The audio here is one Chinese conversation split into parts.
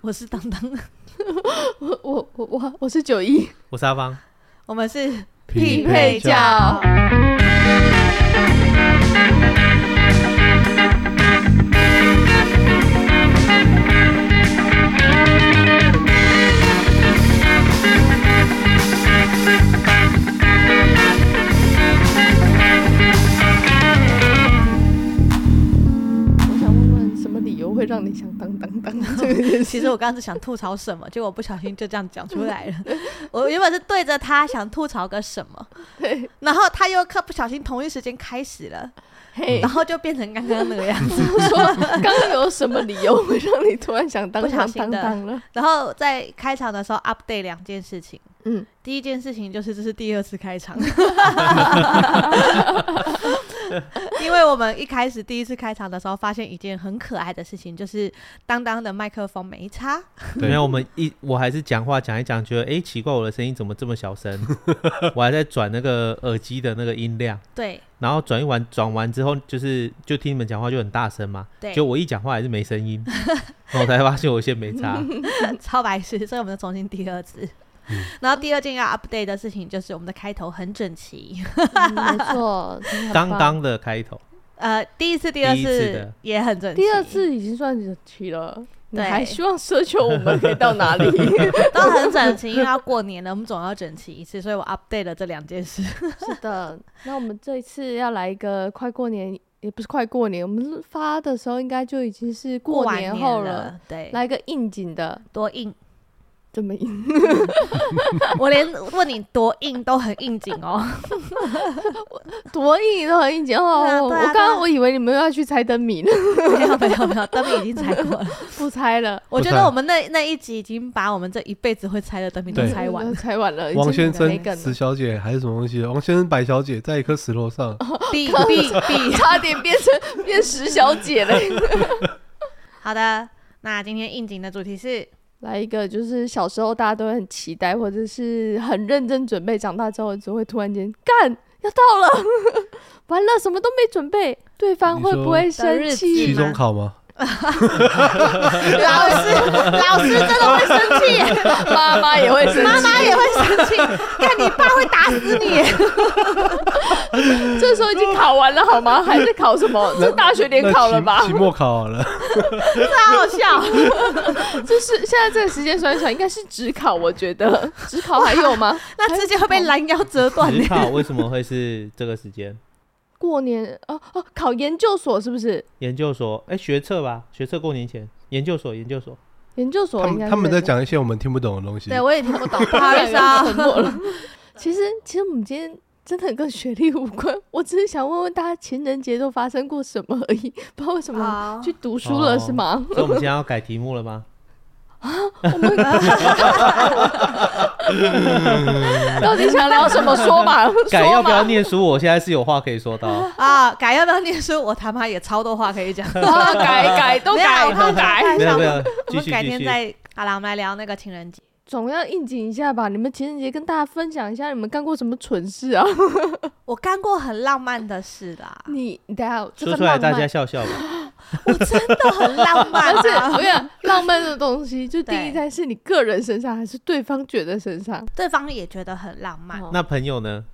我是当当， 我我我我我是九一，我是阿芳，我们是匹配教。我想问问，什么理由会让你想当当 当这个件事？其实我刚刚是想吐槽什么，结果不小心就这样讲出 来了。我原本是对着他想吐槽个什么，对，然后他又看不小心同一时间开始了，嘿然，后就变成刚刚那个样子。说刚刚有什么理由会让你突然想当不小当心当的当了？ 然后在开场的时候 update 两件事情，嗯，第一件事情就是这是第二次开 场，因为我们一开始第一次开场的时候发现一件很可爱的事情，就是当当的麦克风没插，没有，我们一我还是讲话讲一讲，觉得哎、诶奇怪，我的声音怎么这么小声？我还在转那个耳机的那个音量，对然后转一完转完之后，就是就听你们讲话就很大声嘛，对，就我一讲话还是没 声音，然后我才发现我先没差。超白痴，所以我们就重新第二次。嗯然后第二件要 update 的事情就是我们的开头很整 齐，嗯没错，真的很当棒当的开头，呃，第一次、第二第一次的次也很整齐，第二次已经算整齐了，你对还希望奢求我们可以到哪 里？都很整齐，因为要过年了，我们总要整齐一次，所以我 update 了这两件事。是的，那我们这一次要来一个快过年，也不是快过年，我们发的时候应该就已经是过完年后了，了，对，来一个应景的，多硬，这么应？我连问你多硬都很应景 哦。多应都很应景哦！对啊我对啊我刚刚我以为你们又要去猜灯谜呢， 没有没有没有，灯谜已经猜过了。不猜了， 我觉不猜得我们那那一集已经把我们这一辈子会猜的灯谜都对猜完了。 猜完了，已经王先哎没梗生、了史 小姐还是什么东西的？王先生、白小姐在一颗石头上，哦 B B B，差点变成变石小姐了。 好的，那今天应景的主题是 来一个就是小时候大家都会很期待，或者是很认真准备，长大之后只会突然间干要到了， 完了什么都没准备，对方你会不说会的生日气记期吗？中考吗？ 老师，老师真的会生气耶，妈妈也会生妈气。妈也会生 气，看你爸会打死 你耶。这时候已经考完了好吗？还在考什么？这大学联那考了期吧 期？末考好了， 太好笑。 就是现在这个时间算一算，应该是职考，我觉得职考还有吗？那直接会被拦腰折断职耶。考为什么会是这个时间？ 过年哦哦，考研究所是不是？研究所，哎、学测吧，学测过年前，研究所，研究所，研究所他应该们是他们在这样讲一些我们听不懂的东西 对，。我也听 不懂，不好意思 啊。沉默了。其实，其实我们今天真的跟学历无关，我只是想问问大家情人节都发生过什么而已，不知道为什么好去读书了、哦是 吗？所以我们今天要改题目了 吗？ 到底想聊什么？说 嘛，改说要不要嘛。念书？我现在是有话可以说哦到。啊，改要不要念书？我他妈也超多话可以 讲。啊，改改都没有改我都刚改，开玩没有笑没有的，，我继们续改继天续。再好啦，我们来聊那个情人节。总要应景一下吧。你们情人节跟大家分享一下你们干过什么蠢事啊？我干过很浪漫的事啦， 你你等一下这说份出来浪大漫 家。笑笑吧。 我真的很浪漫 但是我啊。跟你讲， 浪漫的东西就定义对在是你个人身上，还是对方觉得身 上。对方也觉得很浪漫，哦那朋友呢？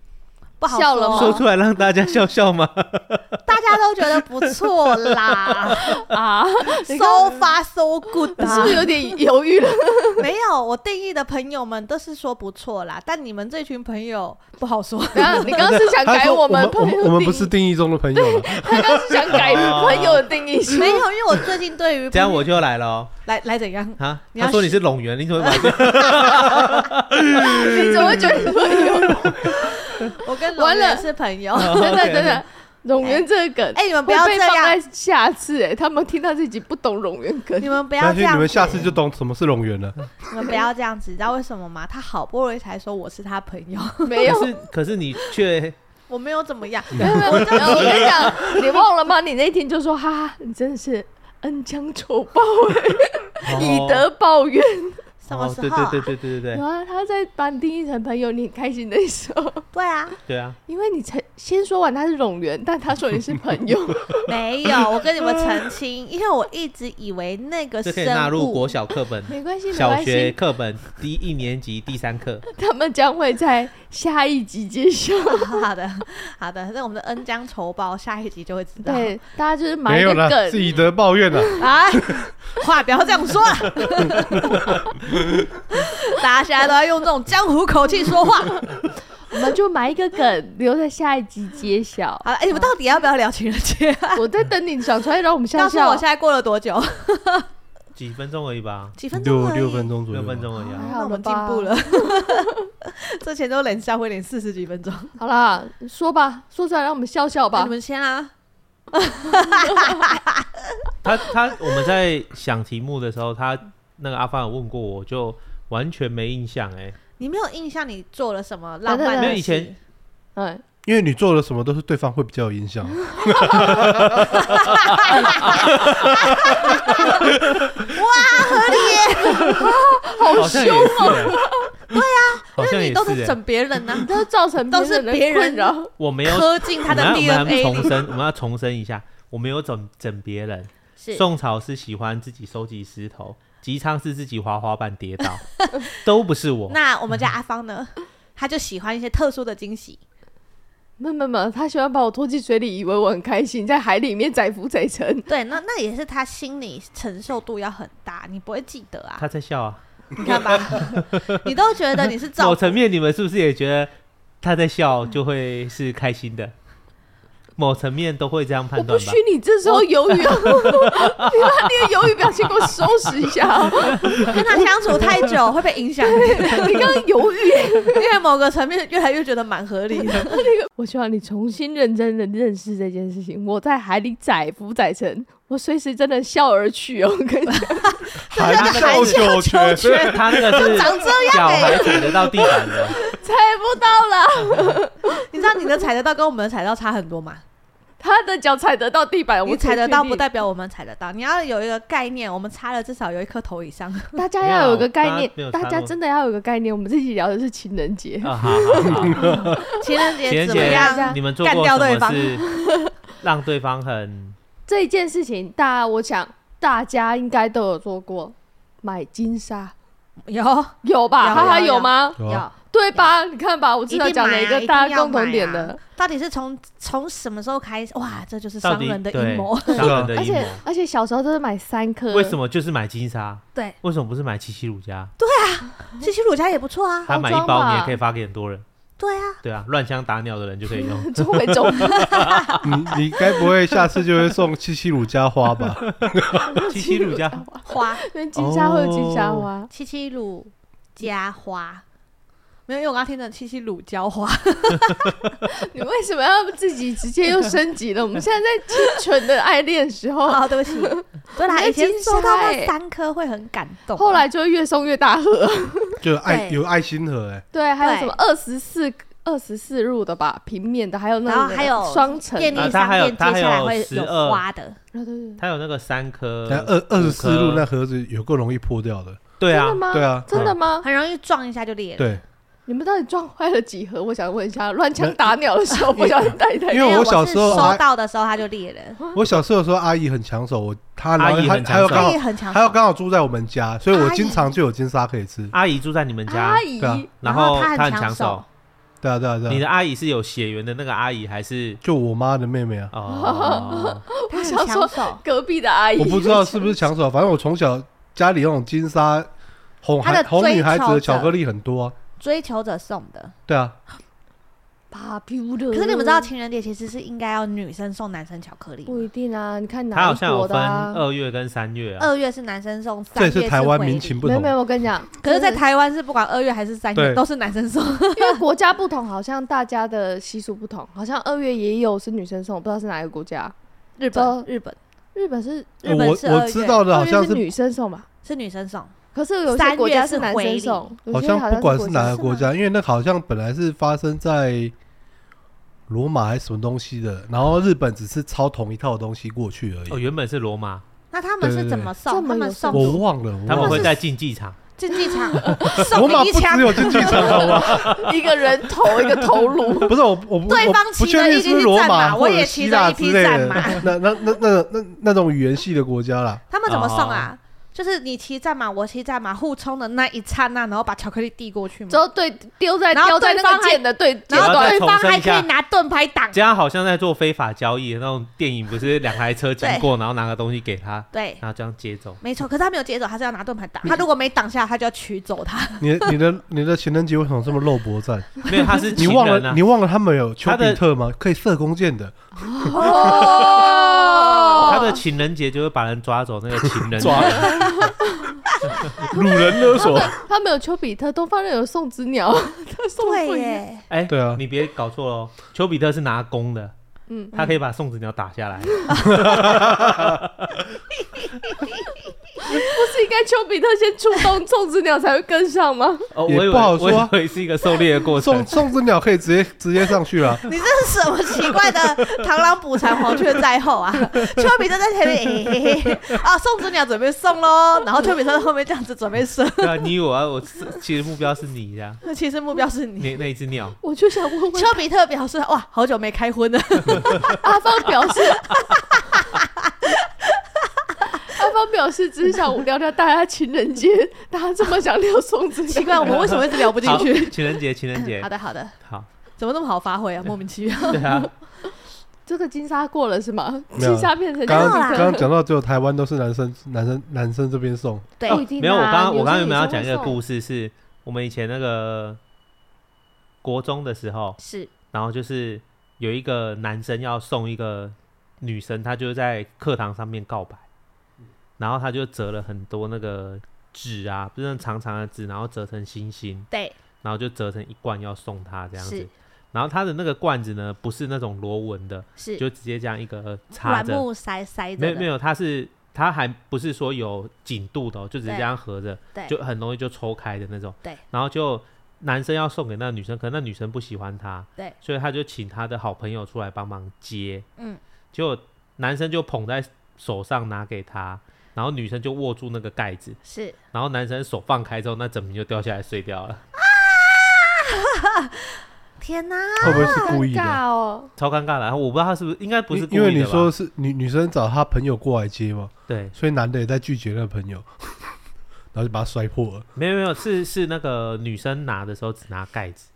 不好笑了吗说说，出来让大家笑笑吗？大家都觉得不错 啦 啊，你，so far so good 是啊不是。有点犹 豫了？没有，我定义的朋友们都是说不错啦，但你们这群朋友不好 说。等一下，你刚刚是想他改说我们我朋友们我的们定不义是定义中的朋友啊 了，他刚是想改朋友的定义是吗没有，因为我最近对于这样我就来了哦。来来怎样？啊，你要他说你是拢源，你怎么会把这？ 你怎么会觉得朋友？我跟 完龙了源是朋友，哦 等等等等，冗员这个梗，哎、你们不会要被这放样，在下次哎、他们听到这集不懂冗员 梗你，们不要相这信样子，你们下次就懂什么是龙源了。你们不要这样子，你知道为什么吗？他好不容易才说我是他朋友，没有可是可是你却我没有怎么样，嗯没有没有，我跟你讲，你忘了吗？你那天就说哈哈，你真的是恩将仇报，以德报怨。什么哦时候、啊对对对对对对有对啊，他在把你定义成朋友，你很开心的时候，对啊，对啊！因为你才先说完他是冗员，但他说你是朋友，没有，我跟你们澄 清，因为我一直以为那个这可以纳生入国物，小课本、没关系，没小关学系，课本第一年级第三课。他们将会在下一集揭晓。 好的好的，那我们的恩将仇报下一集就会知道。对，大家就是埋没一有个啦，是梗，以德报 怨啊。哎， 话不要这样说啊！ 大家现在都在用这种江湖口气说话。我们就埋一个梗，留在下一集揭晓。好了，哎、你们到底要不要聊情人节、啊？我在等你想出来，让我们告笑诉我笑现。在过了多久？几分钟而已吧，几分钟六而欸已？六分钟左右，六分。钟而已还啊。那好我了们进吧步了。 之前都冷笑会连四十几分钟。好啦，说吧，说出来让我们笑笑那吧你。们先啊。他他我们在想题目的时候，他那个阿发有问过我，就完全没印象哎、你没有印象你做了什么浪漫没的有事？以前嗯，因为你做了什么都是对方会比较有影 响。啊好像也是、欸。好那像你也都是、是欸。整别人 呐、都造成都是别别人哦人的困扰。我没有，刻进我他的们要我们 DNA 要重里。申，我们要重申一下，我没有整整别人。是宋朝是喜欢自己收集石头，吉昌是自己滑滑板跌 倒，都不是我。那我们家阿芳呢？他就喜欢一些特殊的惊喜。没有没有没有，他喜欢把我拖进水里，以为我很开心，在海里面载浮载沉。对，那那也是他心理承受度要很大，你不会记得啊他。在笑啊，你看吧， 你都觉得你是照某顾层面你们是不是也觉得他在笑就会是开心的？某层面都会这样我判不断许吧？你这时候犹豫 哦，你把你的犹豫表情给我收拾一下哦。跟他相处太久会被影 响，你刚刚犹豫， 因为某个层面越来越觉得蛮合理的。 我希望你重新认真的认识这件事情。我在海里载浮载沉，我随时真的笑而去哦。跟你讲含这个含笑笑九九泉， 泉，他那个是长这脚样欸还踩得到地 板的，踩不到了，你知道你的踩得到跟我们的踩到差很多吗？他的脚踩得到地板，我你踩得到可以不确定代表我们踩得到，你要有一个概念，我们差了至少有一颗头以 上。大家要有个概没有念，大大家没家有差不多真的要有个概念。我们这期聊的是情人节，啊，好好好，情人情节人怎么节样？你们做干过掉什对么方是让对方很这一件事情，大家我想大家应该都有做过，买金沙有有吧？有哈哈，有有吗？有啊有，对吧？你看吧，我至少讲了一一个定大家要共同点买的啊，到底是从从什么时候开始？哇，这就是到商底人的对阴谋。 商人的而阴且谋。而且小时候都是买三颗，为什么就是买金沙？对，为什么不是买七七乳加？ 其实乳加也不错啊，他买一装包，你也吧可以发给很多人。对啊，对啊，乱枪打鸟的人就可以 用。中为中？你你该不会下次就会送七七乳加花吧？ 七七乳加花因为金沙会有金沙花，七七乳加花，没有，因为我刚刚听成七七乳胶花。你为什么要自己直接又升级了？我们现在在清纯的爱恋时 候，哦，对不起，对啦，你在以前金收到沙那欸三颗会很感动，啊后来就会越送越大盒。 就爱对有爱心盒哎，对，还有对什么二十四二十四入的吧，平面的，还有那然后种还有双层便的，利啊它商还有店它接下还来有会有12花的，对对对他有那个三颗才，二二十四五路颗那盒子有够容易破掉的。对真啊的，吗？对啊，真的吗？很容易撞一下就裂了。对，你们到底撞坏了几盒？我想问一下，乱枪打鸟的时候不小心带带，因为我我小是时候收还到的时候它就裂了，我小时候的时候阿姨很抢手，我她然后阿姨她很抢还有手刚它好也很强还有手。刚好住在我们家，所以我阿姨经常就有金沙可以吃。阿姨住在你们家阿，姨对啊然然后后她很她很抢抢手手。对啊对啊对啊，你的阿姨是有血缘的那个阿姨，还是就我妈的妹妹啊，哦？ 它很想抢说手，隔壁的阿姨，我不知道是不是抢手，反正我从小家里那种金沙红她孩的红追女孩子的求者巧克力很多啊。追求者送的，对啊，芭比的。可是你们知道情人节其实是应该要女生送男生巧克力不吗，一定啊，你看它哪好一像有国分的、啊？二月跟三月啊。二月是男生送，这三也月是台湾回民礼情不没有同没。有，我跟你讲，可是，在就台湾是不管二月还是三对月都是男生送，因为国家不同，好像大家的习俗不同，好像二月也有是女生送，我不知道是哪个国家。日都本日本日本是日我本是我二知月，道的啊好二像月是是女生送吧？是女生送，可是有些国家男生送，有好些像好不管是国家哪个是国吗家，因为那好像本来是发生在罗马还是什么东西的，然后日本只是抄同一套东西过去而哦，已。原本是罗马，哦那他们对对是怎对么送？这么他们有送我忘了，我他们忘会了。在竞技场，竞技 场罗送马你一不枪只，有竞技场好吗？ 一个人头一个头颅， 不是我，我不对我方不骑确的定一是不定是是罗战马马，或我者也希骑腊着一之匹类战的马。 那那那那那那种语言系的国家啦。他们怎么送啊？就是你骑战马，我骑战马，互冲的那一刹那，然后把巧克力递过去嘛之。后对丢在然后丢在对那方个还剑的对然剑我后要再端对重方申还一下可以拿盾牌挡。这样好像在做非法交易，那种电影不是两台车经过，然后拿个东西给他，对，然后这样接走。没错。可是他没有接走，他是要拿盾牌挡。他如果没挡下，他就要取走他。你的你的你的情人节为什么这么肉搏 战？没有，他是你情忘人了啊你，忘了他们有丘他的比特吗？可以射弓箭的，哦，他的情人节就是把人抓走，那个情 人抓人 掳人勒索，他们有丘比特，东方人有送子鸟， 他送不对一样，耶，哎，对啊你别搞错了哦，丘比特是拿弓的，嗯，他可以把送子鸟打下来。不是应该丘比特先出动，送子鸟才会跟上吗？ 哦，我也以为不好说啊我以为是一个狩猎的过送程。送只鸟可以直接直接上去啊 了。你这是什么奇怪的螳螂捕蝉，黄雀在后 啊？丘比特在前面，嘿嘿嘿啊，送子鸟准备送喽。然后丘比特在后面这样子准备射，对啊，你以为我要我是其实目标是你呀，其实目标是你。那那一只鸟。我就想问问丘比特表示：哇，好久没开荤了。阿芳表示， 阿芳表示只是想聊聊大家情人节， 大家这么想聊送子奇怪，鸟，我们为什么一直聊不进好，去？情人节，情人节好，的，好的，好，怎么那么好发挥啊？莫名其妙。对啊，这个金沙过了是吗？没有金沙变成刚刚没有啦刚刚讲到只有台湾都是男生男生男生这边送，对，不一定啊没有，我刚刚我刚刚原本要讲一个事？故事，是我们以前那个国中的时候，是然后就是有一个男生要送一个女生，他就是在课堂上面告白，然后他就折了很多那个纸啊，不是那种长长的纸，然后折成星星， 对，然后就折成一罐要送她这样子是。然后他的那个罐子呢，不是那种螺纹的，是就直接这样一个插软着，木塞塞着没有没的，有，它是它还不是说有紧度的、哦，就只是对这样合着，对就很容易就抽开的那种。对，然后就男生要送给那个女生，可能那女生不喜欢他，对，所以他就请他的好朋友出来帮忙接，嗯，结果男生就捧在手上拿给他，然后女生就握住那个盖子，是然后男生手放开之后，那整瓶就掉下来碎掉了，天哪，会不会是故意尴啊的？尬哦，超尴尬的。然啊后我不知道他是不是，应该不是故意因的吧为你说是女女生找她朋友过来接嘛，对，所以男的也在拒绝那个朋友， 然后就把他摔破了。没有没有，是是那个女生拿的时候只拿盖子，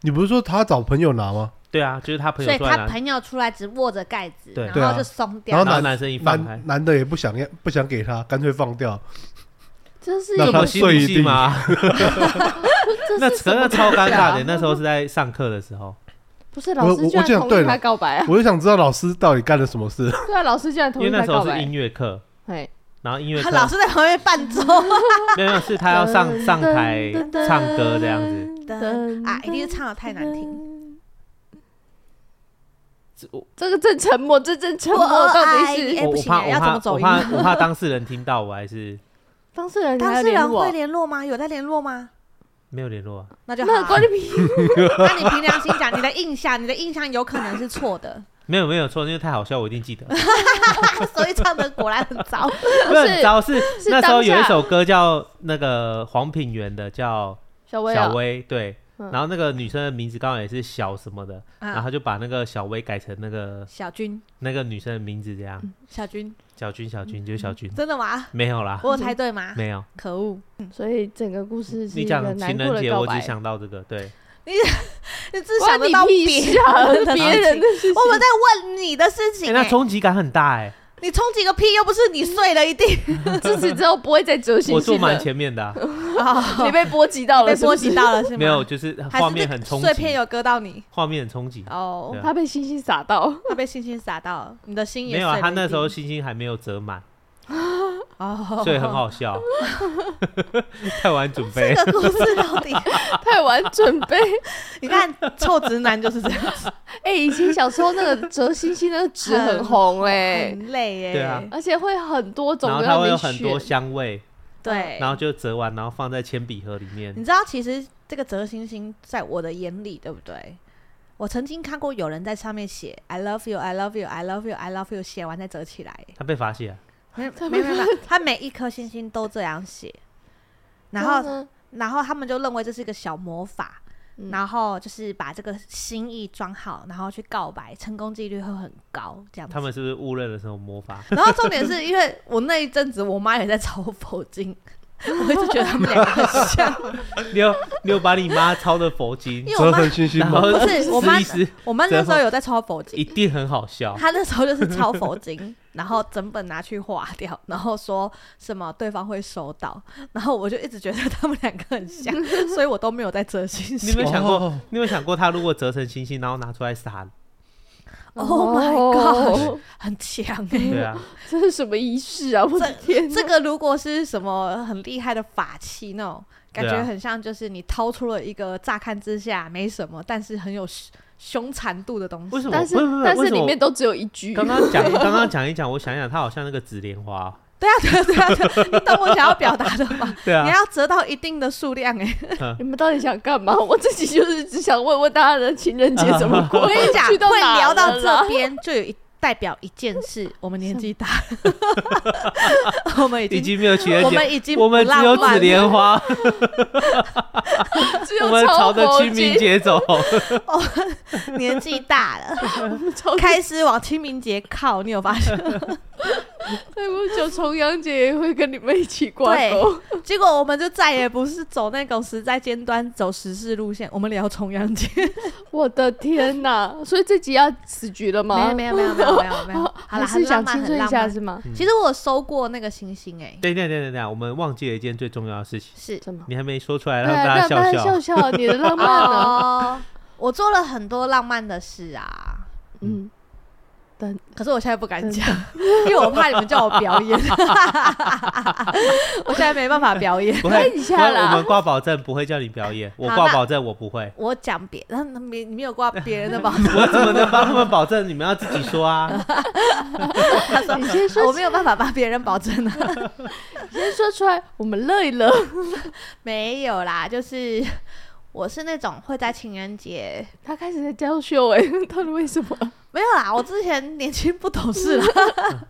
你不是说他找朋友拿吗？对啊，就是他朋所友以出来他拿。朋友出来只握着盖子，对然对啊后就松然后掉然拿后男男生一放开男，男的也不想要，不想给他，干脆放掉。 这是一那这他么个，戏睡一剧地吗？ 那这是什真么的超尴鬼啊尬的。那时候是在上课的时候，不是我老师我居然我讲同对意了他告白 啊？我就想知道老师到底干了什么事。对啊，老啊师居然因同为意那他时告候是白音。乐课，嘿然后音乐课他 老师在旁边伴奏没有没有是他要上上台噔噔噔唱歌这样子。噔啊，一定是唱的太难听。听。这我这个阵沉默，这阵沉默我到底爱你是哎我不我行啊怕我要怎么怕走我音怕我怕当事人听到，我还是当事人还当要事联人络会？联络吗？有在联络吗？没有联络啊。那就好啊。那关你屁事！那你凭良心讲，你的印象，你的印象有可能是错的，没有没有错，因为太好笑，我一定 记得。所以唱的果然很糟。不是，然后是是那时候当下有一首歌叫那个黄品源的，叫小薇啊小，薇，对。嗯然后那个女生的名字刚好也是小什么的，然后啊，他就把那个小薇改成那个小军，那个女生的名字这样，小军，小军小军就是小军，真的吗？没有啦，我有猜对吗？没有。可恶！啊所以整个故事是你一个讲难情过人的节，告我只白。想到这个，对，你只想得到关你屁别事啊！ 人的别人事的情 事情，我们在问你的事哎，情、那欸，冲击感很大哎，你冲击个屁，又不是你睡了一定自此之后不会再折星我坐星蛮了。前 面的啊、啊，你被波及到了被是不波是，及到了是吗？ 没有，，就是还画是面很冲碎片击，有割到你画面很冲击。哦对，啊他被星星撒到，他被星星撒到了，你的心也没有啊，碎了他一那时地候星星还没有折满，哦，所以很。好笑。太晚准备这，个故事到底，太晚准备。你看臭直男就是这样， 哎、以前小时候那个折星星那个纸很红哎、很累耶。 对啊而且会很多种然后的它让会有你很多选。香味，对嗯然后就折完，然后放在铅笔盒里面你。知道，其实这个折星星在我的眼里，对不对？我曾经看过有人在上面写 "I love you, I love you, I love you, I love you"，写完再折起来。他被发现啊了，没没没没，他每一颗星星都这样写，然后呢？然后他们就认为这是一个小魔法，嗯然后就是把这个心意装好，然后去告白，成功几率会很高，这样子。他们是不是误认了什么魔法？然后重点是因为我那一阵子我妈也在抄佛经，我一直觉得他们两个很 像，你有你有把你妈抄的佛经 因，为我折妈成星星然吗后？不是我妈撕一撕，我妈那时候有在抄佛一经，定很好笑。她那时候就是抄佛 经，然后整本拿去划掉，然后说什么对方会收到，然后我就一直觉得他们两个很像， 所以我都没有在折星你有星没有。想过哦？你有没有想过，他如果折成星星，然后拿出来撒？ Oh my god，很强哎、对啊，哦 这是什么仪式啊！我的天哪，这个如果是什么很厉害的法器那种，感对觉啊很像就是你掏出了一个乍看之下没什么，但是很有凶凶残度的东为西。什么？但是不不不但是为什里么面都只有一句， 刚刚讲，刚刚讲一讲，我想一想，它好像那个紫莲花哦。对啊，对啊，对啊，对啊你懂我想要表达的吗？ 对啊你，要折到一定的数量哎、你们到底想干嘛？ 我自己就是只想问问大家的情 人节怎么过。我跟你讲，去到会哪聊了到啦这边就有一代表一件事，我们年纪 大了，我们已已经。经没有情人我节，们已经我们不只浪有漫紫 莲花，只有我们朝着佛清明经，节走。 了年纪大了，朝开始往清明节靠，你有发现？ 对不久重阳节也会跟你们一起挂钩。结果我们就再也不是走那种实在尖端、走时事路线，我们聊重阳节。我的天哪！所以这集要死局了没吗？哦有没有没有没有没有没有，好还啦，是很想浪漫青很春一浪下漫。是吗？其实我有收过那个星星哎、等一下等一下等一下，我们忘记了一件最重要的事情，是什么？你还没说出来，让哎让大家笑大家笑笑。笑，你的浪漫呢？哦，我做了很多浪漫的事啊，嗯，可是我现在不敢讲， 因为我怕你们叫我表演， 我现在没办法表演。不会，看一不下会我啦们。挂保证不会叫你表演，我好挂那保证我不会。我讲别，然后没你没有挂别人的 包，我怎么能帮他们保证？你们要自己 说啊。他说你先说嗯我没有办法帮别人保证啊，先说出来，我们乐一乐。 没有啦，就是我是那种会在情人节他开始在娇羞哎，到底为什 么？没有啦，我之前年轻不懂事啦，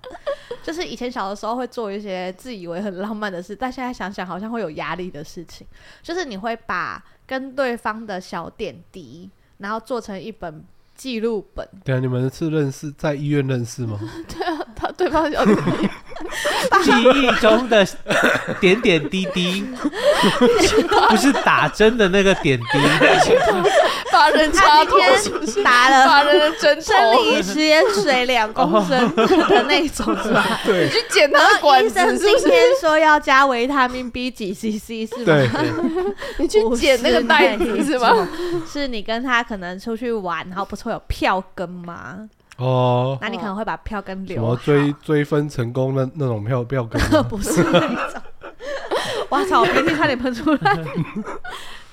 就是以前小的时候会做一些自以为很浪漫的事，但现在想想好像会有压力的事情，就是你会把跟对方的小点滴，然后做成一本记录本，对啊，你们是认识在医院认 识吗？他对方想记忆中的点点滴 滴，不是打针的那个点滴，把人插他头，今天打了把人的针头，哦生理食盐水两公升的那种是 吧？你去捡然他的后管哦医生子是今不是？天说要加维他命 B 几 CC 是吗？对，你去捡那个袋子是吗？是你跟他可能出去玩，然后不是会有票根吗？哦，那你可能会把票根什留么好。追追分成功那那种票票根吗， 不是那种。哇操！我鼻涕差点喷出来。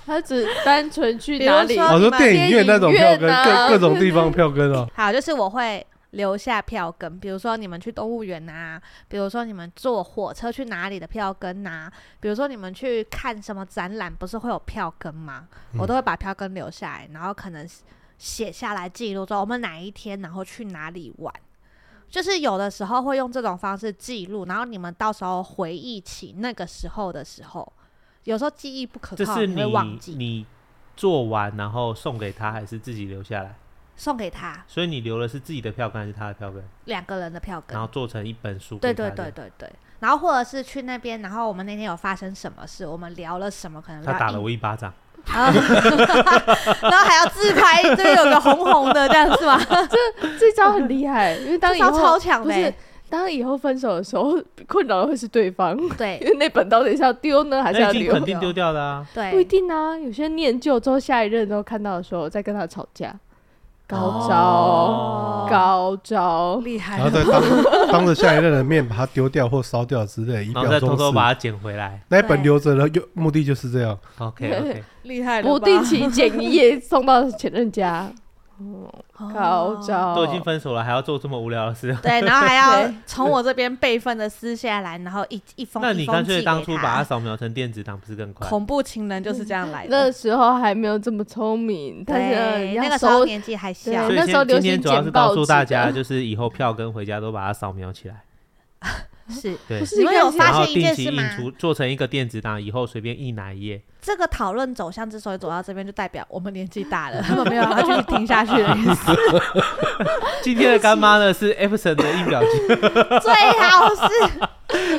他只单纯去哪比里如？说哦，说电影院那种票电根，影院啊各各种地方票根 哦。好，就是我会留下票根，比如说你们去动物园啊，比如说你们坐火车去哪里的票根呐、比如说你们去看什么展览，不是会有票根吗？我嗯都会把票根留下来，然后可能写下来记录说我们哪一天，然后去哪里玩。就是有的时候会用这种方式记录，然后你们到时候回忆起那个时候的时候，有时候记忆不可这靠，是你会你忘记。你做完然后送给他，还是自己留下来？送给他所以你留的是自己的票根还是他的票根？两个人的票根然后。做成一本书对给他对的。对对对。然后或者是去那边，然后我们那天有发生什么事，我们聊了什么，可能他要打了印我一巴掌，啊然后还要自拍，这边有个红红的，这样是吗？ 这招很厉害，因为当这以招后超强不的是欸，当以后分手的时候，困扰的会是对方，因对为那本到底是要丢呢，还是要那已经留肯？定丢掉的啊。不一对，定啊，有些念旧之后，下一任之后看到的时候，再跟他吵架，高招，哦高招，厉害啊然后再当当着下一任的面把它丢掉或烧掉之类，以然表后再偷忠偷实。把它捡回来。那一本对留着的用目的就是这样， OK OK，厉害了吧，不定期捡一页送到前任家，哦高。招，都已经分手了，还要做这么无聊的事？ 对，然后还要对从我这边备份的撕下来，然后一一封那一你封干寄脆给当初把它他。扫描成电子档，不是更快？恐怖情人就是这样来那的，时候还没有这么聪明，但是对，那人家个时候收年纪还小所，以那时候今流今行天主要剪是告报诉纸大家，的就是以后票跟回家都把它扫描起 来，是。对不，是你们有应发该是然后现一定件期事印吗？出，做成一个电子档，以后随便印哪一页。这个讨论走向之所以走到这边，就代表我们年纪大了，他 们没有要继续听下去的意思。今天的干妈呢是 Epson 的印表机，最好是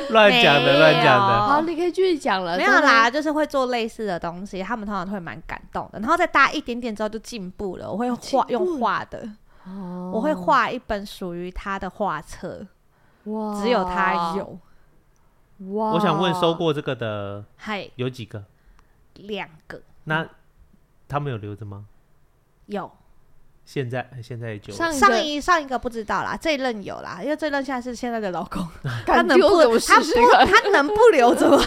乱讲的，乱讲的。好，你可以继续讲了。 没有啦，呃就是会做类似的东西，他们通常会蛮感动的。然后再大一点点之后就进步了，我会画用画的，真的，哦我会，画一本属于他的画册，哇只有他。有，哇，我想问，收过这个的还有几个？两个那他们有留着吗？有。现在现在也久了上上一一上一个不知道啦，这一任有啦，因为这一任现在是现在的老公，个 他敢能丢给我不试他试不看，他能不留着吗？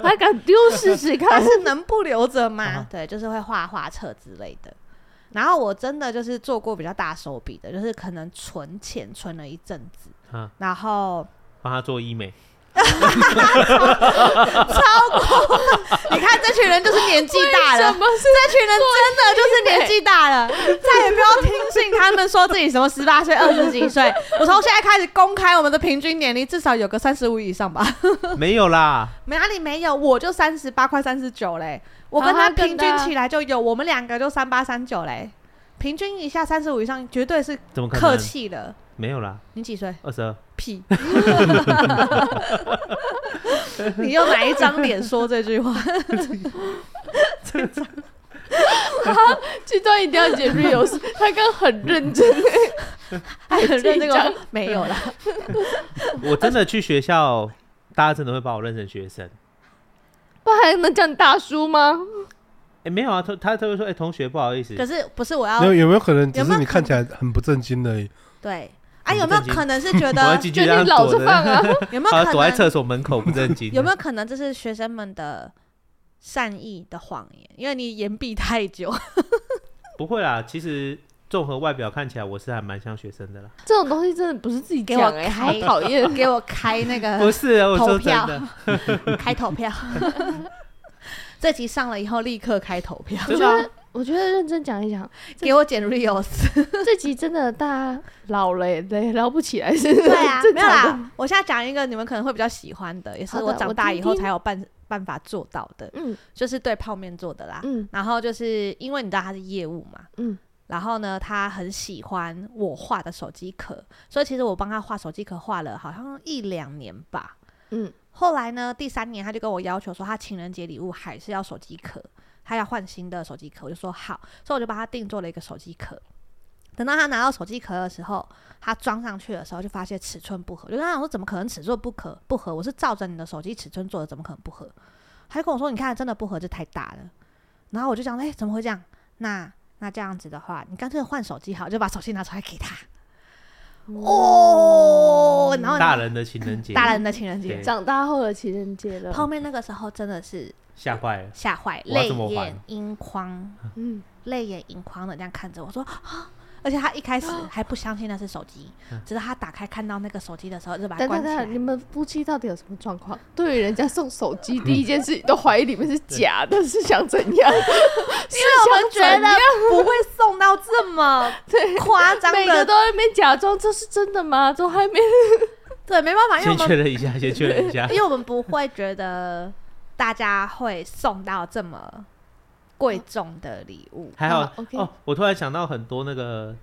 他敢丢试试 他看。是能不留着吗啊？ 对，就是会画画册之类的。然后我真的就是做过比较大手笔的，就是可能存钱存了一阵子，啊，然后帮他做医美， 你看这群人就是年纪大了什，么是这群人真的就是年纪大了，再也不要听信他们说自己什么十八岁、二十几岁。我从现在开始公开我们的平均年龄，至少有个三十五以上吧。没有啦，哪里没有？我就三十八，快三十九嘞。我好跟他他更平大均起来就有，我们两个就三八三九嘞。平均一下三十五以上，绝对是怎么可客能？气了。没有啦，你几岁？二十二，屁！ 你用哪一张脸说这句话？这段一定要解 real，他刚很认真，还 很认真这一张的 没有啦。我真的去学校，大家真的会把我认成学生。 不然还能叫你大叔 吗？哎，没有啊，他他他会说，哎，同学，不好意思可，是不是我要有有没有可能只有没是有你可看起来很不正经而已？对啊？很不有没有正经可能是觉 我要得进就去你让他老躲着着，放啊，有没有他可躲在能厕所门口不正经。有没有可能这是学生们的善意的谎言？因为你言避太久， 不会啦，其实综合外表看起来，我是还蛮像学生的啦。 这种东西真的不是自己给我讲哎，好开讨厌。 给我开那个不是，我呃投说真票哦 的，开投 票。这集上了以后，立刻开投票，我觉得，我觉得认真讲一讲， 给我剪 reels。这集真的大家老了也 也聊不起来，是，对啊 正没有常的。啦，我现在讲一个你们可能会比较喜欢的，也是好的我长我大听以后听才有办办法做到的，嗯就是对泡面做的啦。嗯，然后就是因为你知道他是业务嘛，嗯然后呢，他很喜欢我画的手机壳，所以其实我帮他画手机壳画了好像一两年吧，嗯。后来呢，第三年他就跟我要求说，他情人节礼物还是要手机壳，他要换新的手机壳，我就说好，所以我就帮他定做了一个手机壳。等到他拿到手机壳的时候，他装上去的时候就发现尺寸不合，我就跟他讲说怎么可能尺寸不合不合？我是照着你的手机尺寸做的，怎么可能不合？他就跟我说你看真的不合，这太大了。然后我就想，哎、怎么会这样？那那这样子的话，你干脆换手机好，就把手机拿出来给他。哦，然后大人的情人节，大人的情人节对，长大后的情人节了，泡面那个时候真的是吓坏了。吓坏，我要泪这么还眼盈眶，嗯，泪眼盈眶的这样看着我说 啊。而且他一 开始还不相信那是手机，嗯直到他打开看到那个手机的时候，就把它等关等起等等，你来。们夫妻到底有什么状况？ 对于人家送手机，第嗯一件事情都怀疑里面是假的，是想怎 样？因是想为我怎们觉得样？不会送到这么对，夸张 每个的都，在那边假装这是真的吗？都还没对，没办法，因为先我们确认一下， 先确 认一下因。为我们不会觉得大家会送到这么贵重的礼物。还好好，OK 哦，我突然想到很多那个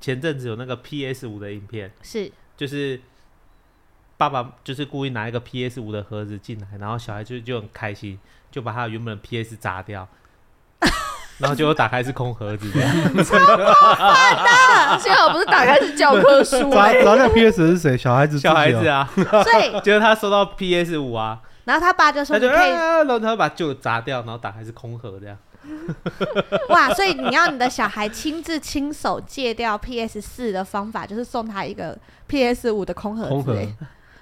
前阵子有那个 PS 五的影片， 是，就是爸爸就是故意拿一个 PS 五的 盒子进来，然后小孩就就很开心，就把他原本的 PS 砸掉。然后结果打开是空盒子这样。啊啊幸好不是打开是教 科书、砸欸，砸在 PS 是谁？小孩子自己小哦，孩子啊，所以结果他收到 PS 五啊，然后他爸就说他你就可以啊，然后他把旧的砸掉，然后打开是空盒这样。 哇，所以你要你的小孩亲自亲手戒掉 PS 四的方法，就是送他一个 PS 五的空盒空子、盒欸。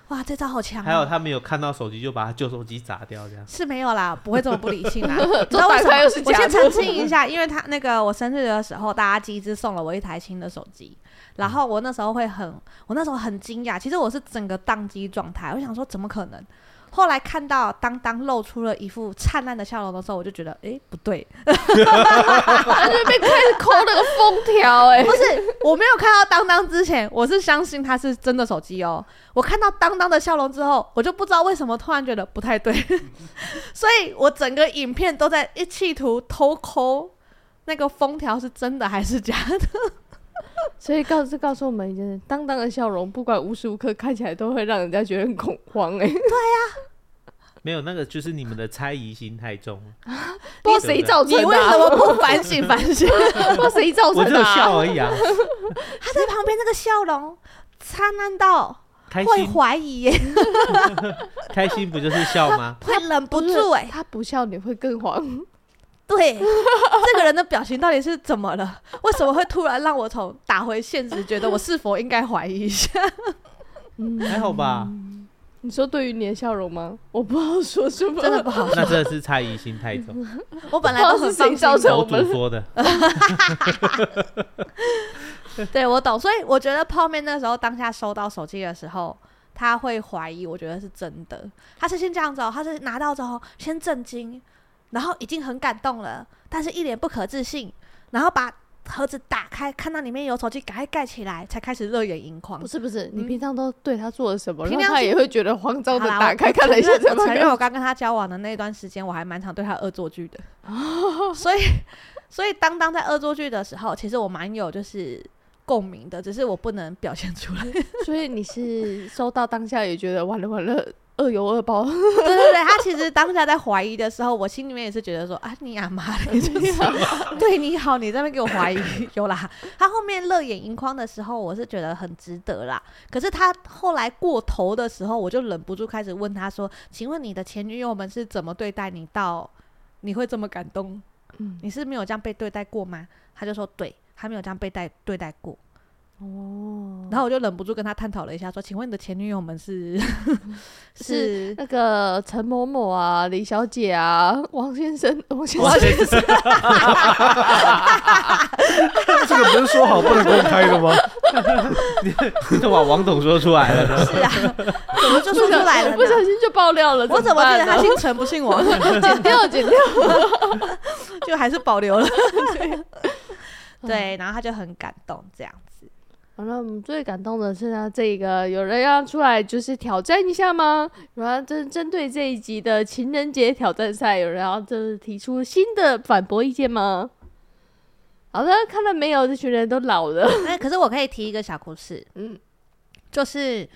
哇，这招好强、啊！还有他没有看到手机就把他旧手机砸掉这样。是没有啦，不会这么不理性啦。啊 这你知道为打什开么又是我假先澄的清一下，因为他那个我生日的时候，大家机智送了我一台新的手机，然后我那时候会很，我那时候很惊讶，其实我是整个宕机状态，我想说怎么可能。后来看到当当露出了一副灿烂的笑容的时候，我就觉得，诶，不对，他就被开始抠那个封条、欸，哎不，是，我没有看到当当之前，我是相信它是真的手机哦。我看到当当的笑容之后，我就不知道为什么突然觉得不太对， 所以我整个影片都在一企图偷抠那个封条是真的还是假的。所以告诉告诉我们一件事：当当的笑容，不管无时无刻看起来都会让人家觉得很恐慌、欸，哎，没有那个就是你们的猜疑心太重了，不知道谁造成你的、为什啊，么不反省反省？ 不知道谁造我成只的、有啊。笑而已啊，他在旁边那个笑容灿烂到开会心怀疑耶， 开心不就是笑吗？会忍不是住哎。他不笑你会更 慌。对，这个人的表情到底是怎么了？为什么会突然让我从打回现实，觉得我是否应该怀疑一下？还好吧，你说对于你的笑容吗？我不知道说什么，真的不好。那真的是猜疑心太重。 我本来都很放不知道心是谁的，造我楼们主说的， 对我懂。所以我觉得泡面那时候当下收到手机的时候，他会怀疑，我觉得是真的。他是先这样子哦，他是拿到之后先震惊，然后已经很感动了，但是一脸不可置信，然后把盒子打开，看到里面有手机，赶快盖起来，才开始热眼盈眶不。是不是，你嗯平常都对他做了什么，凭让良他心也会觉得慌张的好啦打我开看了一下我承这认我么承认我刚跟他交往的那一段时间，我还蛮常对他恶作剧的。所以，所以当当在恶作剧的时候，其实我蛮有就是共鸣的，只是我不能表现出来。 所以你是收到当下也觉得完了完了，恶有恶报，对对对，他其实当下在怀疑的时候，我心里面也是觉得说啊，你阿妈的， 就是对你好，你在那边给我怀疑，有啦。他后面热眼盈眶的时候，我是觉得很值得啦。可是他后来过头的时候，我就忍不住开始问他说：“请问你的前女友们是怎么对待你到你会这么感动？嗯你是没有这样被对待过吗？”他就说：“对，他没有这样被待对待过。”哦，然后我就忍不住跟他探讨了一下，说：“请问你的前女友们是嗯 是是那个陈某某啊，李小姐啊，王先生，王先哇生，这是这个不是说好不能公开 的吗？你怎么把王董说出来 了呢？是啊，怎么就说出来了呢？ 不小心就爆料了，我怎么么觉办得呢他姓陈不姓 王，剪掉剪掉？就还是保留了。 对，然后他就很感动，这样子。好了，我们最感动的是呢，这个有人要出来就是挑战一下吗？有人要针针对这一集的情人节挑战赛，有人要就是提出新的反驳意见吗？好的，看到没有，这群人都老了。哎，可是我可以提一个小故事， 嗯就是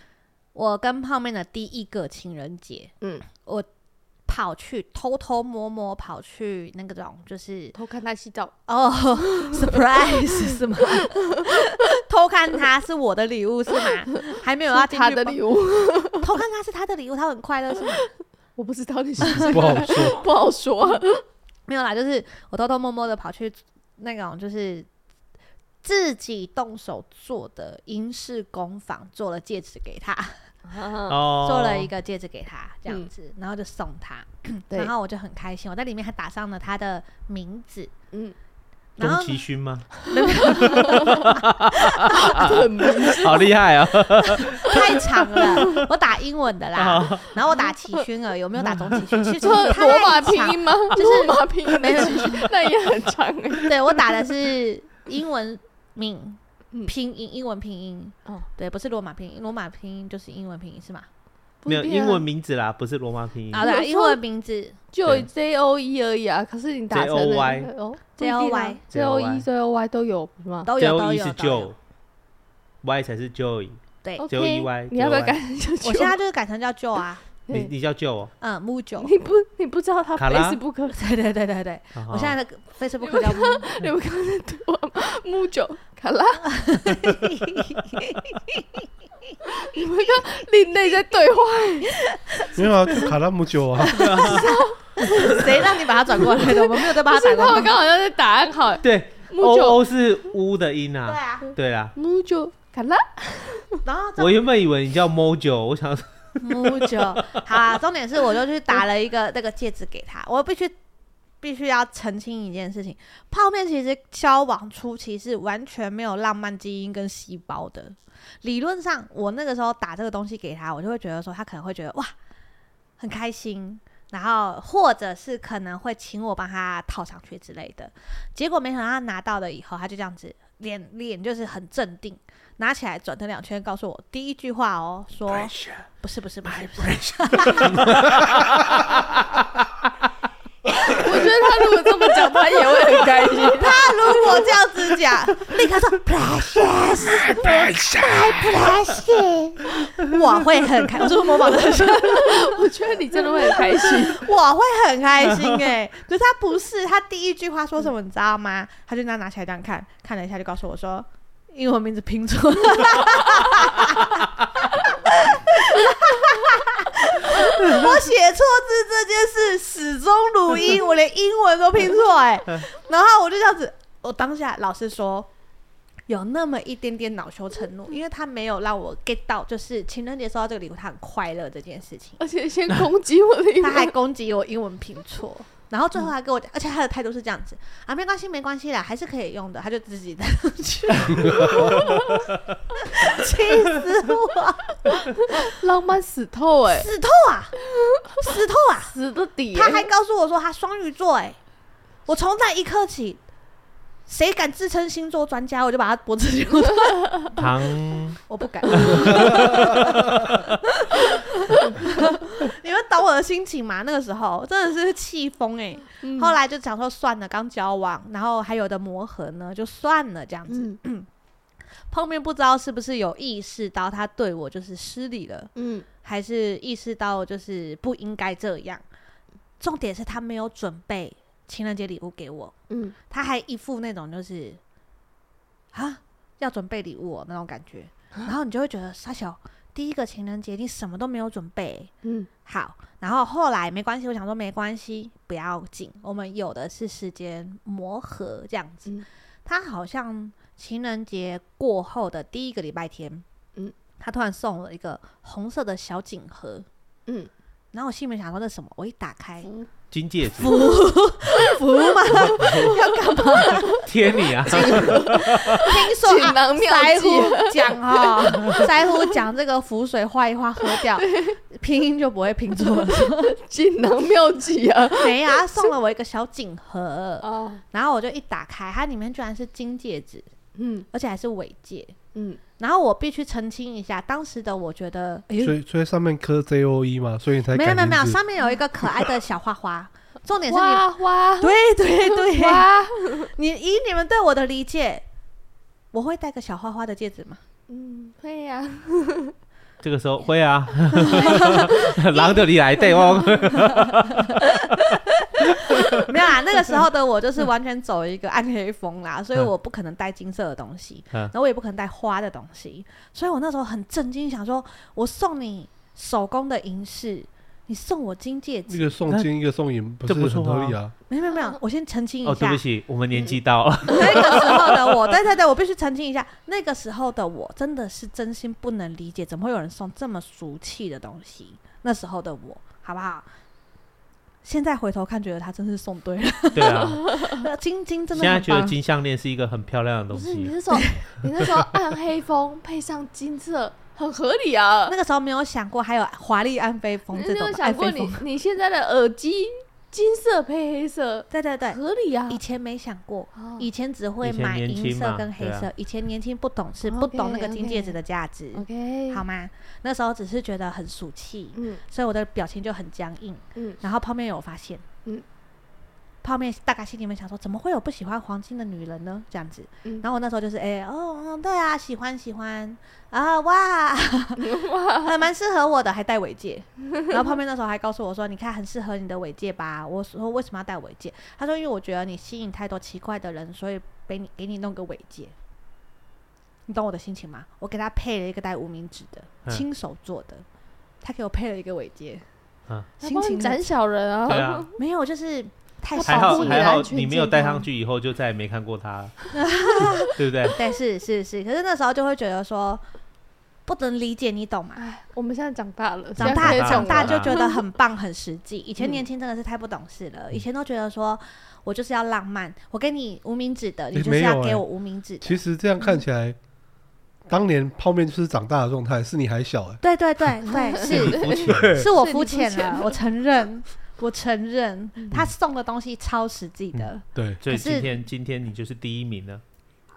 我跟泡面的第一个情人节，嗯，我跑去偷偷摸摸跑去那个种就是偷看他洗澡，哦 surprise 是吗？ 偷看他是我的礼物是吗？还没有要是进啊他去的包礼物，偷看他是他的礼物，他很快乐是吗？ 我不知道 你是不是不好说，不好说。没有啦，就是我偷偷摸摸的跑去那种就是自己动手做的英式工坊，做了戒指给他，哦，做了一个戒指给他这样嗯子，然后就送他，对然后我就很开心，我在里面还打上了他的名字，嗯，然宫后崎骏吗？很明好厉害啊！太长了，我打英文的啦，然后我打齐勋而已，我没有打总齐勋，其实就啊太 罗马长拼音吗？就是罗马拼音没有的情绪，那也很长 哎、对我打的是英文名嗯拼音，英文拼音。哦对，不是罗马拼音，罗马拼音就是英文拼音是吗？没有不一定啊英文名字啦，不是罗马拼音。啊，我对啊，说英文名字就 J O E 而已啊。可是你打成 JOY 哦 J O Y J O E J O Y 都有不是吗啊都 J 有 O 都 E 是有都有。 Joe，Y 才是 Joey。对， ？OK， JOEY 你要不要 JOY 改成叫我现在就是改成叫 Joe 啊，你对你叫舅哦， 嗯，木九，你不你不知道他卡拉 Facebook，对对对对对，好好我现在的 Facebook 叫木你们刚才对 我木九嗯卡拉， 你们跟另类在对话，没有啊，就卡拉姆酒啊，谁让你把它转过来的？我们没有在帮不他打是过他广告。们刚好像在打暗号，对木 o 九 o 是乌的音对啊，啊，对啦，木九卡拉，然后这我原本以为你叫 Mojo，我想说木九，好啊，重点是我就去打了一个那个戒指给他，我必须啊必须要澄清一件事情，泡面其实交往初期是完全没有浪漫基因跟细胞的。理论上，我那个时候打这个东西给他，我就会觉得说他可能会觉得哇很开心，然后或者是可能会请我帮他套上去之类的。结果没想到他拿到了以后，他就这样子脸脸就是很镇定，拿起来转腾两圈，告诉我第一句话哦，说不是不是不是不是，我觉得他如果这么讲，他也会很开心。 他如果这样子讲， 立刻说 precious my precious，我 会很开，我是不是模仿的很像，我觉得你真的会很开心。 我会很开心哎、可是他不是，他第一句话说什么你知道吗？他就那样拿起来这样看，看了一下就告诉我说。英文名字拼错了，我写错字这件事始终如一，我连英文都拼错哎、然后我就这样子，我当下老师说有那么一点点恼羞成怒，因为他没有让我 get 到，就是情人节收到这个礼物，他很快乐这件事情。而且先攻击我的英 他还文，攻击我英文拼错，然后最后还跟我讲，而且他的态度是这样子啊，没关系，没关系啦，还是可以用的，他就自己带上去， 气死我，浪漫死透哎、死透啊，死透啊！死到底、欸。他还告诉我说他双鱼座、哎，我从那一刻起，谁敢自称星座专家，我就 把他脖子揪断，唐我不敢。 你们懂我的心情吗？那个时候真的是气疯哎。嗯后来就想说算了，刚交往，然后还有的磨合呢，就算了这样子。嗯碰面不知道是不是有意识到他对我就是失礼了，嗯，还是意识到就是不应该这样。重点是他没有准备情人节礼物给我，嗯，他还一副那种就是啊要准备礼物、哦、那种感觉，然后你就会觉得傻小，第一个情人节你什么都没有准备、 嗯，好，然后后来没关系，我想说没关系，不要紧，我们有的是时间磨合这样子。嗯他好像情人节过后的第一个礼拜天，嗯，他突然送了一个红色的小锦盒，嗯，然后我心里面想说那什么，我一打开，金戒指服 吗？要 干嘛？贴你啊，听说锦啊，囊妙腮计，胡 讲哈，腮胡讲这个符水画一画喝 掉，拼音就不会拼错了。 锦囊妙计啊！没啊，他送了我一个小锦盒， 哦，然后我就一打开，它里面居然是金戒指，嗯而且还是尾戒。嗯，然后我必须澄清一下，当时的我觉得，哎呦所以所以上面刻 J O E 嘛，所以你才没有改没有没有，名字上面有一个可爱的小花花。重点是你，哇哇对对对，哇，你以你们对我的理解，我会戴个小花花的戒指吗？嗯，会呀、这个时候 会啊，狼的你来对哦，没有啊，那个时候的我就是完全走一个暗黑风啦，所以我不可能戴金色的东西，嗯然后我也不可能戴花的东西，所以我那时候很震惊，想说我送你手工的银饰，你送我金戒指一，个送金，一个送银，不是这不很错啊合理啊？没有没有没有，我先澄清一哦，对下，不起，我们年纪到 了， 那个时候的 我，对对对，我必须澄清一下，那个时候的我真的是真心不能理解，怎么会有人送这么俗气的东西？那时候的我，好不好？现在回头看，觉得他真是送对 了，对啊，金金真现的在很觉得棒。金项链是一个很漂亮的不东是，你西，是说你那时候暗黑风配上金色，很合理啊那。个时候没有想过还有华丽安妃风你这有没种有的爱想过妃你风，你现在的耳机金色配黑色，对对对，合理啊？以前没想过。哦以前只会以前买年银轻色嘛跟黑对啊色，以前年轻不懂事， OK，不懂那个金 OK 戒指的价值， OK，好，吗？那时候只是觉得很俗气，嗯所以我的表情就很僵硬。嗯然后泡面有发现，嗯泡面大概心里面想说，怎么会有不喜欢黄金的女人呢？这样子。嗯然后我那时候就是，哎、哦，嗯对啊，喜欢喜欢啊， 哇，还蛮适合我的，还戴尾戒。然后泡面那时候还告诉我说，你看很适合你的尾戒吧？我说为什么要戴尾戒？他说因为我觉得你吸引太多奇怪的人，所以给你给你弄个尾戒。你懂我的心情吗？我给他配了一个戴无名指的，嗯亲手做的，他给我配了一个尾戒。嗯他心帮你情很斩小人啊！对啊，没有，就是太他还保好护你的还好安，全你没有健戴康上去以后，就再也没看过他 了，对不对？对，是是是，可是那时候就会觉得说不能理解，你懂吗？哎，我们现在长大了，长现在大啊可以长懂大了就觉得很棒很实际，以前嗯年轻真的是太不懂事了，以前都觉得说我就是要浪漫，我给你无名指的，你诶就是没要有欸给诶我无名指的。其实这样看起来，当年泡面就是长大的状态，是你还 小哎、对对对对，你是肤浅，是我肤是你肤浅浅了，我承认，我承认，他送的东西超实际的， 对，所以可是今天今天你就是第一名了，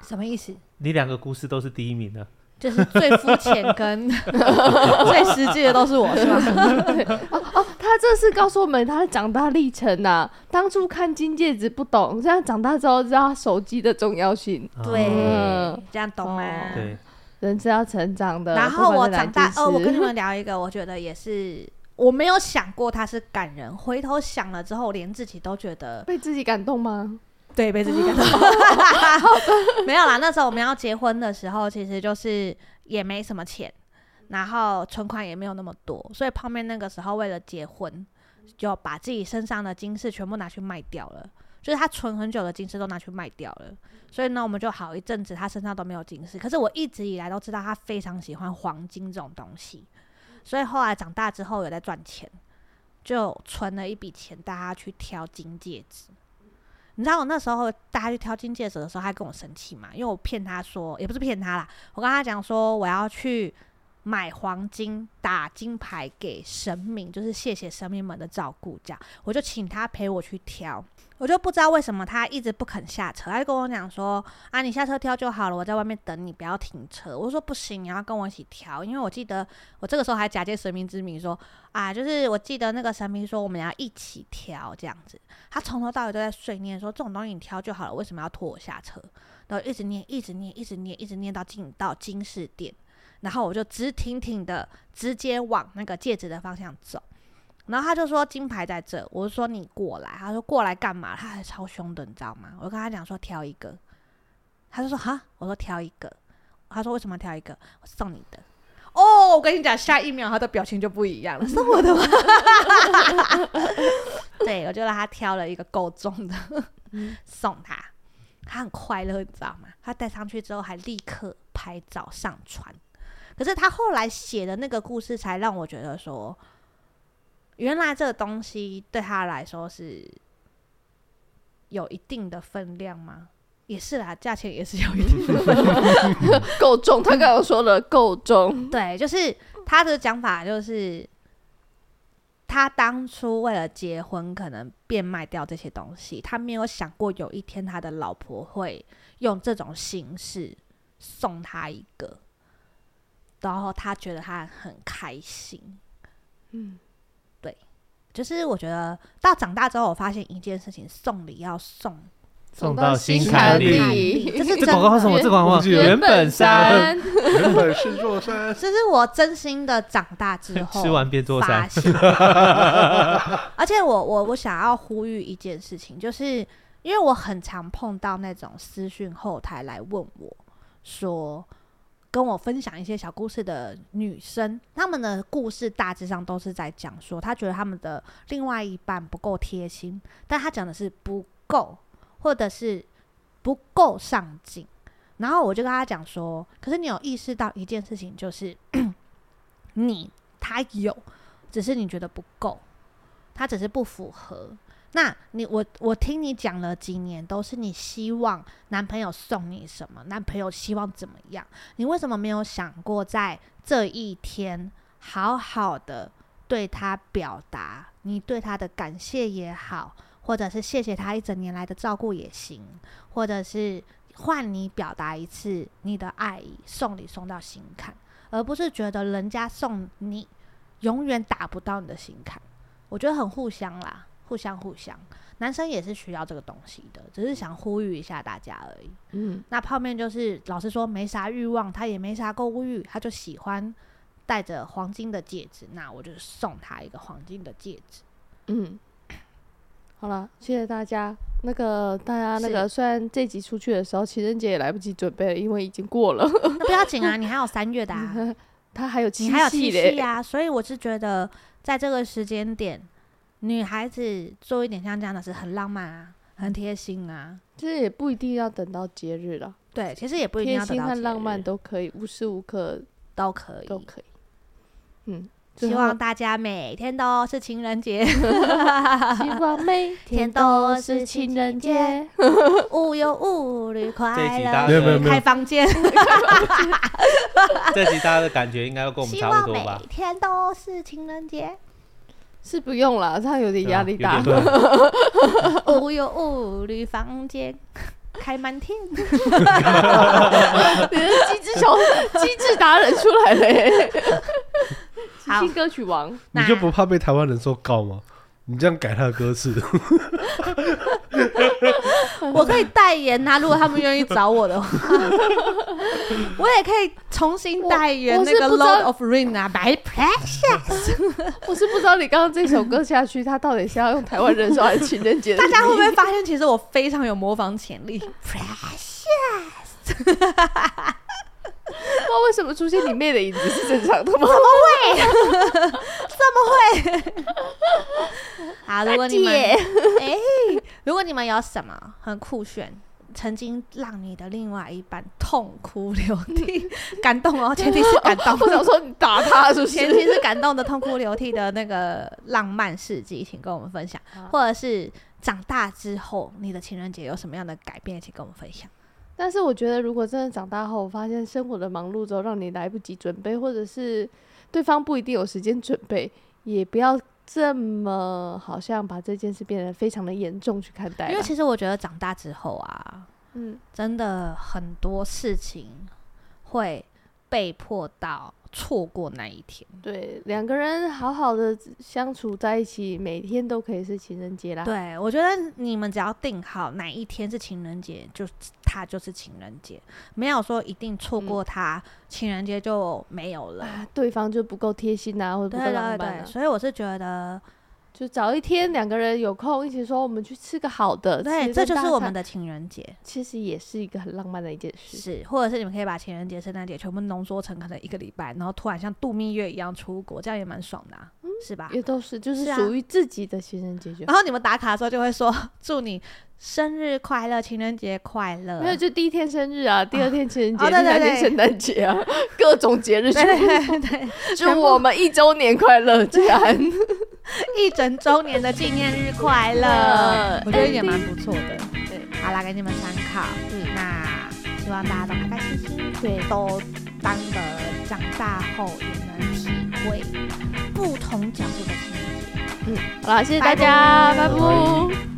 什么意思？你两个故事都是第一名了。就是最肤浅跟 最实际的都是我，是吗？ 哦，他这是告诉我们他的长大历程呐、当初看金戒指不懂，现在长大之后知道手机的重要性，对嗯，这样懂吗？哦哦对，人是要成长的。然后不我管是哪长大件，事哦，我跟你们聊一个，我觉得也是，我没有想过他是感人，回头想了之后，连自己都觉得被自己感动吗？ 对，被自己感动。 没有啦，那时候我们要结婚的时候，其实就是也没什么钱，然后存款也没有那么多，所以泡面那个时候为了结婚，就把自己身上的金饰全部拿去卖掉了。就是他存很久的金饰都拿去卖掉了，所以呢，我们就好一阵子他身上都没有金饰。可是我一直以来都知道他非常喜欢黄金这种东西，所以后来长大之后有在赚钱，就存了一笔钱带他去挑金戒指。你知道我那时候带他去挑金戒指的时候，他跟我生气嘛，因为我骗他说，也不是骗他啦，我跟他讲说我要去买黄金，打金牌给神明，就是谢谢神明们的照顾，这样我就请他陪我去挑。我就不知道为什么他一直不肯下车，他就跟我讲说：“啊，你下车挑就好了，我在外面等你，不要停车。”我说：“不行，你要跟我一起挑，因为我记得我这个时候还假借神明之名说啊，就是我记得那个神明说我们要一起挑这样子。”他从头到尾都在碎念说这种东西你挑就好了，为什么要拖我下车？然后一直念，一直念，一直念，一直念到进到金饰店，然后我就直挺挺的直接往那个戒指的方向走。然后他就说金牌在这，我就说你过来，他说过来干嘛？他还超凶的，你知道吗？我就跟他讲说挑一个，他就说哈，我说挑一个，他说为什么要挑一个？我送你的。哦，我跟你讲，下一秒他的表情就不一样了，送我的吗？ 对，我就让他挑了一个够重的 送他，他很快乐，你知道吗？他戴上去之后还立刻拍照上传。可是他后来写的那个故事，才让我觉得说，原来这个东西对他来说是有一定的分量吗？也是啦，价钱也是有一定的分量。够重，他刚刚说了够重，对，就是他的讲法就是，他当初为了结婚，可能变卖掉这些东西，他没有想过有一天他的老婆会用这种形式送他一个，然后他觉得他很开心。嗯，就是我觉得到长大之后，我发现一件事情，送礼要送送到心坎坎里里。这是这真广告的是什么？原这广告忘是记了原本山，原本是座山，这是我真心的长大之后 吃完变做发山。现。 而且我我我想要呼吁一件事情，就是因为我很常碰到那种私讯后台来问我说。跟我分享一些小故事的女生，她们的故事大致上都是在讲说，她觉得她们的另外一半不够贴心，但她讲的是不够，或者是不够上进。然后我就跟她讲说，可是你有意识到一件事情，就是 你他有，只是你觉得不够，他只是不符合。那你我我听你讲了几年，都是你希望男朋友送你什么，男朋友希望怎么样？你为什么没有想过在这一天好好的对他表达你对他的感谢也好，或者是谢谢他一整年来的照顾也行，或者是换你表达一次你的爱意，送礼送到心坎，而不是觉得人家送你永远打不到你的心坎。我觉得很互相啦，互相互相。男生也是需要这个东西的，只是想呼吁一下大家而已。嗯，那泡面就是老实说没啥欲望，他也没啥购物欲，他就喜欢戴着黄金的戒指，那我就送他一个黄金的戒指。嗯，好了，谢谢大家。那个大家那是个，虽然这集出去的时候情人节也来不及准备了，因为已经过了，那不要紧啊，你还有三月 的、啊，他还有你七还有夕七嘞夕。啊，所以我是觉得在这个时间点，女孩子做一点像这样的事很浪漫啊，很贴心啊。其实也不一定要等到节日了，对，其实也不一定贴要等心到和节浪漫日都可以，无时无刻都可以，都可以。嗯，最希后望大家每天都是情人节，希望每天都是情 人节。无忧无虑，这一快集大家没有没有乐没有开房间。这集大家的感觉应该跟我们希差不望多每吧？天都是情人节，是不用了，这样有点对吧啊压力有大点。对无忧无虑，房间开满天。你的机智小 机智达人出来了耶！好新歌曲王，你就不怕被台湾人说告吗？你这样改他的歌词，我可以代言啊他，如果他们愿意找我 的话，我也可以重新代言我那个我是不知道 Lord of Ring 啊，My Precious。我是不知道你刚刚这首歌下去，他到底是要用台湾人说还是情人节？ 大家会不会发现，其实我非常有模仿潜力？Precious，不知道为什么出现你妹的影子是正常的吗？，好，如果你们哎，如果你们有什么很酷炫，曾经让你的另外一半痛哭流涕、感动哦，前提是感动 我想说你打他是不前提是？是感动的痛哭流涕的那个浪漫事迹，请跟我们分享，啊或者是长大之后你的情人节有什么样的改变，请跟我们分享。但是我觉得，如果真的长大后，我发现生活的忙碌之后，让你来不及准备，或者是对方不一定有时间准备，也不要这么好像把这件事变得非常的严重去看待因为啦。其实我觉得长大之后啊，嗯，真的很多事情会被迫到错过那一天。对，两个人好好的相处在一起，每天都可以是情人节啦。对，我觉得你们只要定好哪一天是情人节，就它就是情人节，没有说一定错过它，情人节就没有了。啊，对方就不够贴心啊，或者对不够浪对漫啊对，，所以我是觉得，就找一天两个人有空一起说，我们去吃个好的，吃对，一这顿就是大我餐们，的情人节。其实也是一个很浪漫的一件事。是，或者是你们可以把情人节、圣诞节全部浓缩成可能一个礼拜，然后突然像度蜜月一样出国，这样也蛮爽的、啊，是吧？也都是，就是是啊属于自己的情人节就好。然后你们打卡的时候就会说 祝你生日快乐、情人节快乐。没有，就第一天生日啊，第二天情人节，哦第对对三天对圣诞节啊，各种节日，对 对对对，祝我们一周年快乐，这样。一整周年的纪念日快乐，我觉得也蛮不错的。对，好啦，给你们参考。嗯那希望大家都开开心心，对都当个长大后也能体会不同角度的情人节。好啦，谢谢大家，拜拜拜。